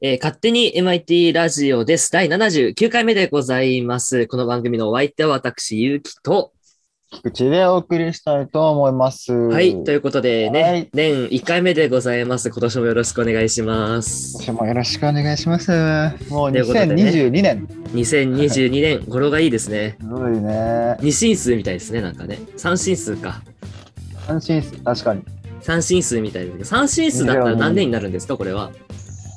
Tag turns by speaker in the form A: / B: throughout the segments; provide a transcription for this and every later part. A: えー勝手に MIT ラジオです。第79回目でございます。この番組のお相手は私、ゆうきと。
B: 菊池でお送りしたいと思います。
A: は。
B: はい
A: ということでね、
B: はい
A: 年1回目でございます。今年もよろしくお願いします。
B: 私もよろしくお願いします。もう
A: ということでね
B: 2022年。
A: 2022年、語呂がいいですね。
B: すごいね。
A: 二進数みたいですね、なんかね。三進数か。
B: 安心す、確かに。
A: 三進数みたいですけど、三進数だったら何年になるんですか、これは。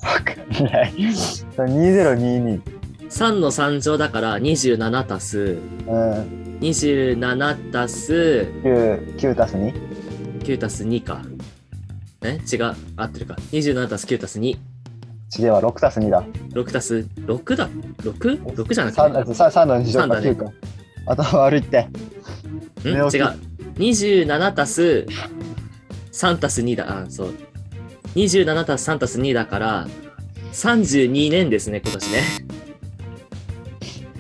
B: わかんない。2022。
A: 3の3乗だから27たす、
B: うん。
A: 27たす、
B: 9、9足す 2?
A: 9たす2か。え違う。合ってるか。27たす9たす2。
B: ちでは6足す2だ。
A: 6たす6だ。6?6 じゃな
B: 3
A: く
B: だ
A: て。
B: 3の2乗か
A: 三だね
B: 9か。頭悪いって。
A: ん違う。
B: 目を切る
A: 27たす3たす2だ。あ、そう。27たす3たす2だから、32年ですね、今年ね。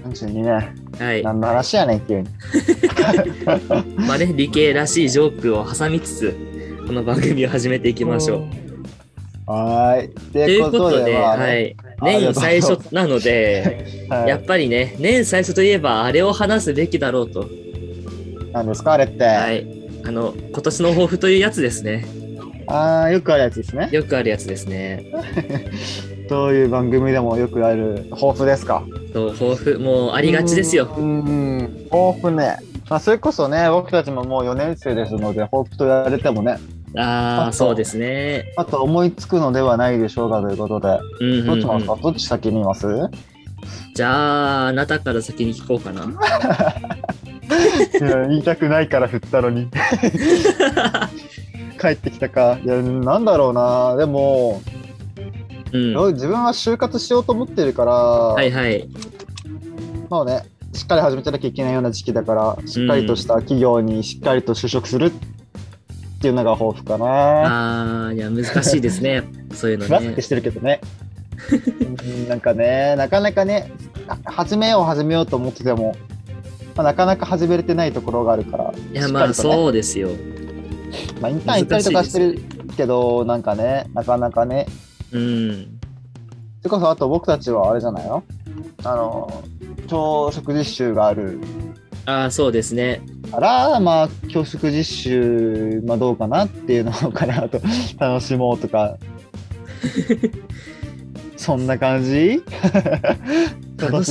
B: 32年。
A: はい。
B: 何の話やねん、急に。
A: まあね、理系らしいジョークを挟みつつ、この番組を始めていきましょう。
B: はーい。と
A: ということで、
B: まあ
A: は
B: ね
A: い、
B: あり
A: 年
B: がとう
A: 最初なので、
B: はい。
A: やっぱりね、年最初といえばあれを話すべきだろうと、
B: 何ですか、あれって。
A: はい、あの今年の抱負というやつですね、
B: ああ、よくあるやつですね。
A: よくあるやつですね。
B: どういう番組でもよくある抱負ですか
A: そう抱負、もうありがちですよ。
B: うんうん、抱負ね。まあ、それこそね、僕たちももう4年生ですので、抱負と言われてもね、
A: ああ、
B: あそう
A: そうですね。
B: あと思いつくのではないでしょうかということで、
A: うん
B: どっち
A: うん
B: も
A: うん
B: か、どっち先にいます
A: じゃあ、あなたから先に聞こうかな。
B: いや言いたくないから振ったの に。帰ってきたか。いや、なんだろうな。でも、
A: うん、は
B: 自分は就活しようと思ってるから、はい
A: はい。
B: まあね、しっかり始めてなきゃいけないような時期だから、しっかりとした企業にしっかりと就職するっていうのが抱負かな。
A: ああ、いや、難しいです ね、そういうの
B: ふわっ
A: ね
B: て。してるけどね。うんなんかね、なかなかね、あ始めよう始めようと思ってても、まあ、なかなか始めれてないところがあるから、
A: いや、まあ、
B: しっかりとね
A: そうですよ。
B: まあ、インターン行ったりとかしてるけど、なんかね、なかなかね、
A: うん。
B: それこそあと僕たちはあれじゃないのあの、教職実習がある
A: ああ、そうですね。
B: あら、まあ、教職実習、まあ、どうかなっていうのか なあと、楽しもうとか。そんな感じ今年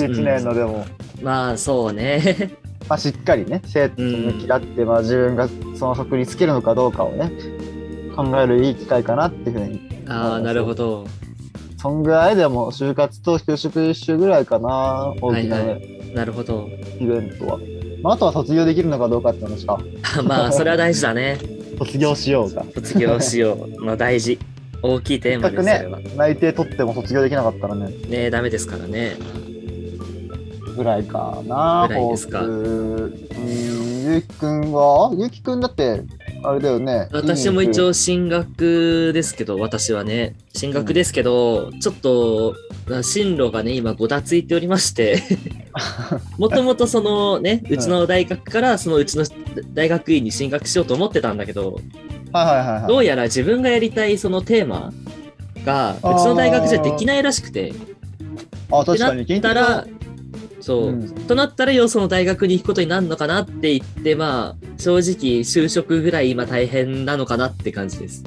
B: 1年のでも、
A: まあ、そうね。
B: まあ、しっかりね、生徒と向き合って、まあ、自分がその職につけるのかどうかをね、考えるいい機会かなっていうふうに。
A: ああ、なるほど。
B: そんぐらいでも、就活と教職実習ぐらいかな、大きなね、
A: はなるほど。
B: イベントは。まあ、あとは卒業できるのかどうかって話か。
A: あまあ、それは大事だね。
B: 卒業しようか。
A: 卒業しよう。まあ、大事。大きいテーマ
B: せ
A: で
B: っかく
A: す、それ
B: ね
A: は。ね、
B: 内定取っても卒業できなかったらね、
A: え、ダメですからね。
B: ぐらいかな。
A: ぐらいですか
B: 抱負うん、ゆうきくんはゆうきくんだって、あれだよね。
A: 私も一
B: いい
A: 応進学ですけど、私はね、進学ですけど、ちょっと、まあ進路がね、今、ごたついておりまして、もともとそのね、うちの大学から、そのうちの大学院に進学しようと思ってたんだけど、
B: 肉。はいはいはい、
A: ど
B: は
A: うやら自分がやりたいそのテーマが、うちの大学じゃできないらしくて、
B: い。あ、確かに。
A: ってなったら、そう、
B: うん
A: となったらよその大学に行くことになるのかなって言ってまあ正直就職ぐらい今大変なのかなって感じです、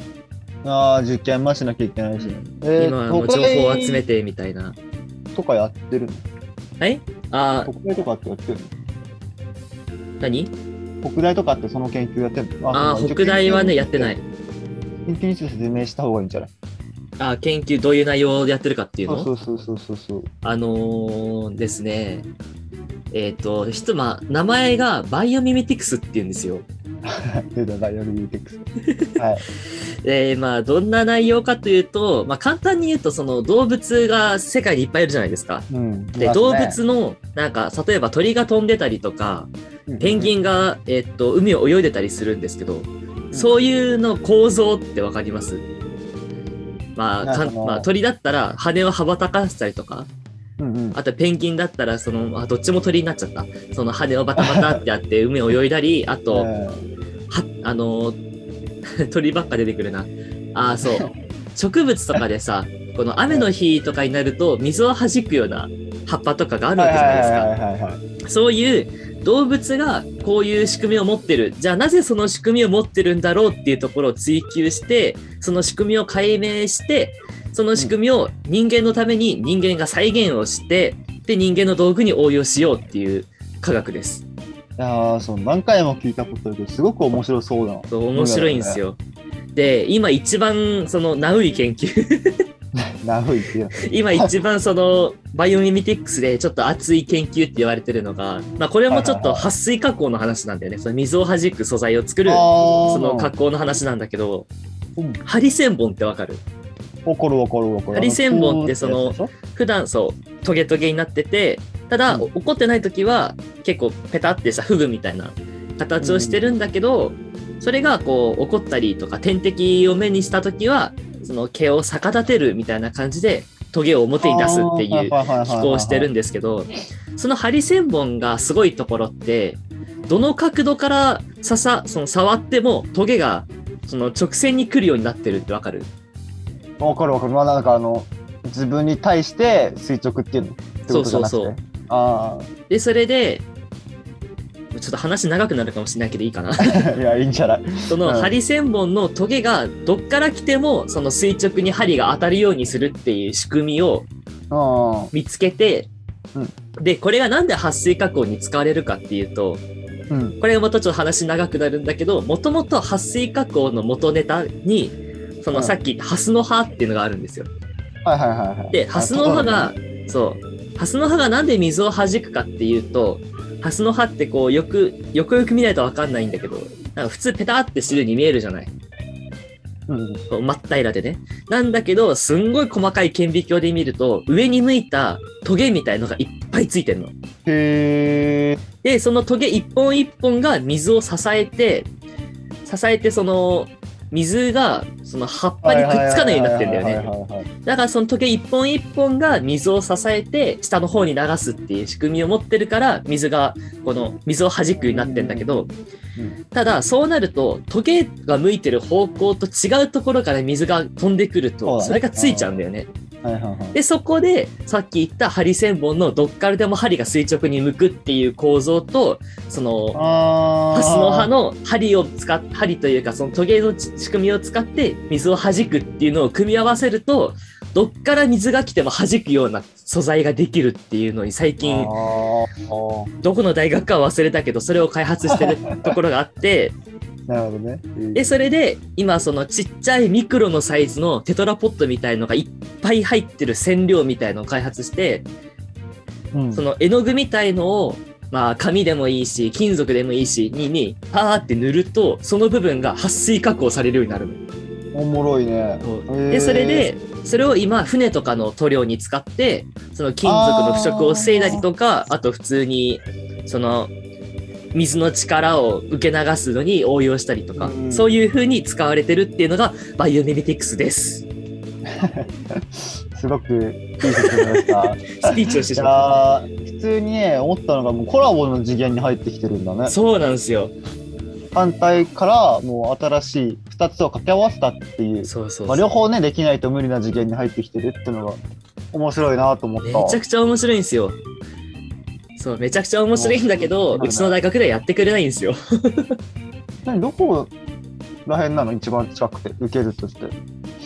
B: ああ、受験もしなきゃいけないし、ね。え
A: 今はもう情報を集め
B: て。
A: てみたいな
B: とかやってるの
A: はいあ
B: 国大とかってやってる
A: 何
B: の国大とかってその研究やってるの
A: あー北大はねやってな。い
B: そう研究について説明した方がいいんじゃない
A: あー研究どういう内容をやってるかっていう
B: そ
A: の
B: うそうそうそうそう。
A: あのー、ですねえっ、とひとまあ名前がバイオミメティクスっていうんですよ
B: 出たバイオリンテッ クス。はい。
A: でまあどんな内容かというと、まあ、簡単に言うとその動物が世界にいっぱいいるじゃないですか
B: うん。
A: で、動物の、なんか、例えば鳥が飛んでたりとか、ペンギ
B: ン。
A: ンが、えっと、海を泳いでたりするんですけど、そういうの構造ってわかりますまあ、か
B: なんるほど
A: まあ、鳥だったら羽を羽ばたかせたりとか、
B: うんうん。
A: あとペンギンだったら、その、あ、どっちも鳥になっちゃった。その羽をバタバタってやって、海を泳いだ り、あと、は、あ のー鳥ばっか出てくるな。あー、そう。植物とかでさ、この雨の日とかになると水を弾くような葉っぱとかがあるわけじゃないですか。
B: はいはいはいはいはい
A: そういう動物がこういう仕組みを持ってる。じゃあなぜその仕組みを持ってるんだろうっていうところを追求して、その仕組みを解明して、その仕組みを人間のために人間が再現をして、で、人間の道具に応用しようっていう科学です。
B: いやーそう何回も聞いたことあるけどすごく面白そうだな
A: そう面白いんですよ。で、今一番そのナウイ研究、
B: ナウイっていうの
A: 今一番そのバイオミミティックスでちょっと熱い研究って言われてるのが、まあこれもちょっと撥水加工の話なんだよね。その水を弾く素材を作 る。
B: あー
A: その加工の話なんだけど、
B: うん
A: ハリセンボンってわかる
B: わかるわかるわかる
A: ハリセンボンってその
B: あプーってやつでし
A: 普段そうトゲトゲになっててただ、
B: うん
A: 怒ってない時は結構ペタってしたフグみたいな形をしてるんだけど、それがこう怒ったりとか天敵を目にした時はその毛を逆立てるみたいな感じでトゲを
B: ょ
A: 表に出すっていう
B: あーはいはいはいはい
A: 機構をしてるんですけどそのハリセンボンがすごいところってどの角度からささその触ってもトゲがその直線に来るようになってるってわかる
B: わかるわかる。まあなんかあの自分に対して垂直っていうの。ってことじゃなくて
A: そうそうそう。
B: あ
A: でそれでちょっと話長くなるかもしれないけどいい かな
B: あいやいいんじゃない。
A: その
B: うん
A: ハリセンボンのトゲがどっから来てもその垂直に針が当たるようにするっていう仕組みを
B: うん。
A: 見つけて、
B: うん
A: でこれがなんで撥水加工に使われるかっていうと
B: うん。
A: これまたちょっと話長くなるんだけどもともと撥水加工の元ネタにその
B: うん
A: さっき言ったハスの葉っていうのがあるんですよ。
B: はいはいはいはい。
A: でハスの葉
B: あ
A: がそうハスの葉がなんで水を弾くかっていうとハスの葉ってこうよくよくよく見ないと分かんないんだけどなんか普通ペタってしてるように見えるじゃない
B: そうだね
A: こう真っ平らでねなんだけどすんごい細かい顕微鏡で見ると上に向いたトゲみたいのがいっぱいついてんの。
B: うん。へえ。
A: でそのトゲ一本一本が水を支えて支えてその水がその葉っぱにくっつかないようになってんだよね。
B: ね。
A: だからその時計一本一本が水を支えて下の方に流すっていう仕組みを持ってるから水がこの水を弾くようになってんだけど
B: うん
A: ただそうなると時計が向いてる方向と違うところから水が飛んでくると
B: そうだね
A: それがついちゃうんだよね。
B: はいはいはい。
A: でそこでさっき言ったハリセンボンのどっからでも針が垂直に向くっていう構造とその
B: ああ。
A: ハスの葉。の針を使っ針というかそのトゲのち仕組みを使って水を弾くっていうのを組み合わせるとどっから水が来ても弾くような素材ができるっていうのに最近
B: あ
A: どこの大学かは忘れたけどそれを開発してるところがあって
B: あ。なるほどね。
A: でそれで今そのちっちゃいミクロのサイズのテトラポットみたいのがいっぱい入ってる染料みたいのを開発して
B: うん
A: その絵の具みたいのをまあ紙でもいいし金属でもいいしににパーって塗るとその部分が撥水加工されるようになるの。
B: おもろいね。へ
A: で
B: え
A: それでそれを今船とかの塗料に使ってその金属の腐食を防いだりとかあと普通にその水の力を受け流すのに応用したりとか、
B: うん
A: そういう風に使われてるっていうのがバイオミメティクスです。
B: すごくいい説明で した。
A: スピーチをして
B: じ
A: しまっ
B: ゃあ普通にね思ったのがもうコラボの次元に入ってきてるんだね
A: た。そうなんですよ。
B: 反対からもう新しい2つを掛け合わせたっていう
A: そうそう
B: まあ、
A: そう
B: 両方ねできないと無理な次元に入ってきてるっていうのが面白いなと思った
A: めちゃくちゃ面白いんですよ。そうめちゃくちゃ面白いんだけど
B: も
A: う
B: う
A: ちの大学ではやってくれないんですよ。
B: 何どこら辺なの一番近くて受けるとして
A: い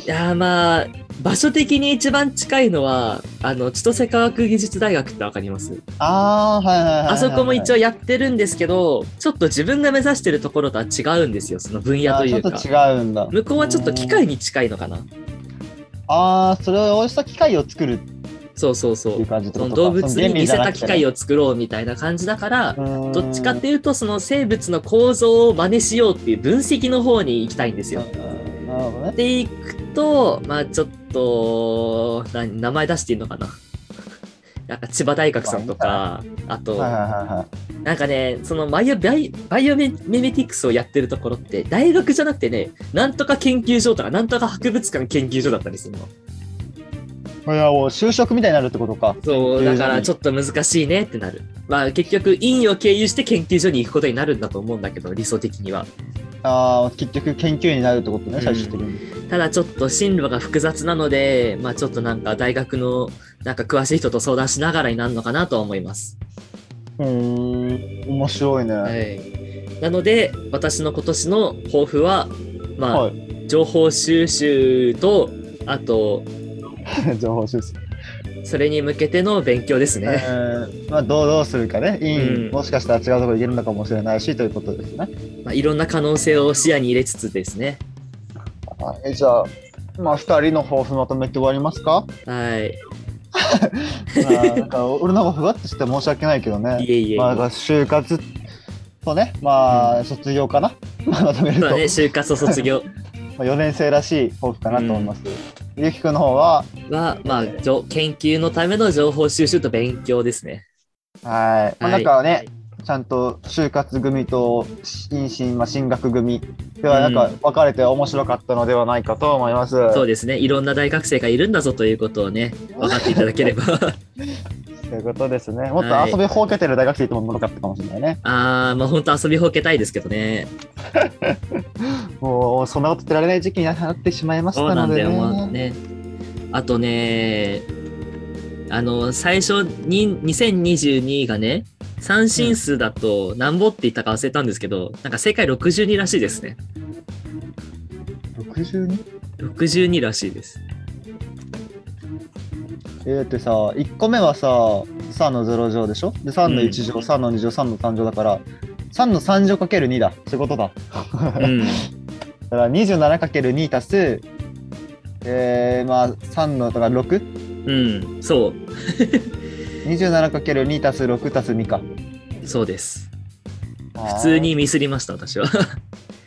A: やーまあ場所的に一番近いのはあの千歳科学技術大学ってわかります
B: ああはいはいはい、はい、
A: あそこも一
B: 応
A: 応やってるんですけどちょっと自分が目指してるところとは違うんですよその分
B: い
A: 野という
B: ちょっ
A: か
B: と違うんだ
A: 向こうはちょっと機械に近いのかな
B: ああそれをした機械を作るっ
A: そうそうそ
B: ていう
A: う
B: 感じって
A: そ
B: こ
A: の
B: とか
A: 動物に似せた機械
B: を
A: を作ろうみたいな感じだからど
B: ど
A: っちかっていうとその生物の構造を真似しようっていう分析の方に行きたいんですよ
B: なるほどね
A: でいくと、まあちょっと、な名前出していいのかな。 なんか千葉大学さんとか、あと、
B: はいはいはいはい
A: なんかね、そのバイオバイバイオメメメティクスをやってるところって、大学じゃなくてね、なんとか研究所とか、なんとか博物館研究所だったりするの。
B: これはもう就職みたいになるってことか
A: そう、だからち
B: ょっ
A: ょっと難しいねってなる。まあ結局、院を経由して研究所に行くことになるんだと思うんだけど、理想的には。
B: ああ、結局研究員になるってことね、最終的に。
A: ただちょっと進路が複雑なので、まあちょっとなんか大学のなんか詳しい人と相談しながらになるのかなとは思います。
B: うーん、面白いね。
A: は
B: はい。
A: い。なので、私の今年の抱負は、まあ、情報収集と、あと、
B: 情報収集。
A: それに向けての勉強ですね。
B: えーまあ、どうどうするかね、委員、
A: うん
B: もしかしたら違うところ行けるのかもしれないしということですね。
A: まあ、いろんな可能性を視野に入れつつですね。
B: はいえじゃあ、まあ、2人の抱負まとめて終わりま すか
A: はい。
B: まあなんか俺の方がふわっとして申し訳ないけどね、
A: いえいえいえ。
B: まあ、なんか就活とね、まあ、卒業かな、 まあまとめる
A: そうだ
B: と、
A: ね、就活と卒業
B: まあ、4年生らしい抱負かなと思います。ゆきくんの方は、
A: は、ま あ、じょ研究のための情報収集と勉強ですね。
B: はい、ま
A: は
B: あ、ないんかね、ちゃんと就活組と妊娠、まあ、進学組ではなんか
A: うん
B: 分かれて面白かったのではないかと思います。
A: そうですね。いろんな大学生がいるんだぞということをね、分かっていただけ れば。
B: ということですね。もっ
A: は
B: と
A: い
B: 遊びほうけてる大学生いてもおもろかったかもしれないね。
A: ああ、まあ本当遊びほうけたいですけどね。
B: もうそんなこと言ってられない時期になってしまいまし
A: そう
B: た
A: な
B: の
A: んだ
B: で
A: よ、
B: ね。
A: もうね。あとね、あの、最初に、2022がね、三振数だと何ぼって言ったか忘れたんですけど、なんか正解62らしいですね。
B: 62?
A: 62らしい です。
B: えーだってさ、1個目はさ、3の0乗でしょで、3の1乗、3の2乗、3の3乗だから、3の3乗かける2だ。そういうことだ。
A: うん。
B: だから 27×2 足す、えー、まあ3のだから 6?27×2
A: うん。そ
B: 足す6足す2か。
A: う。そうです。
B: 普
A: 普通。にミスりました、私は。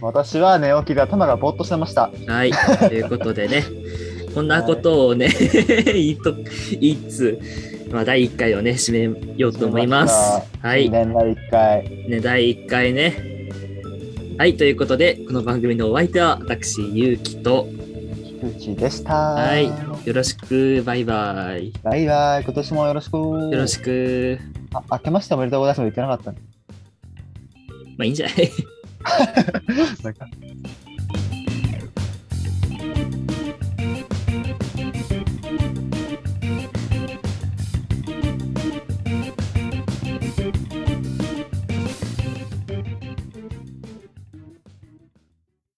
B: 私は寝起きで頭がぼーっとしてました。
A: はい。ということでね、こんなことをね、いいと、いいつ、まあ、第1回をね、締めようと思います
B: 締めま。
A: はい。
B: 年内1回。
A: ね、第1回ね。はい、ということで、この番組のお相手は私、ゆうきと、
B: 菊池でした。
A: はいよろしく、バイバイ。
B: バイバイ。今年もよろしく。よ
A: よろしく。
B: あ、明けましておめでとうございますも言ってなかったね
A: まあ、いいんじゃない
B: なんか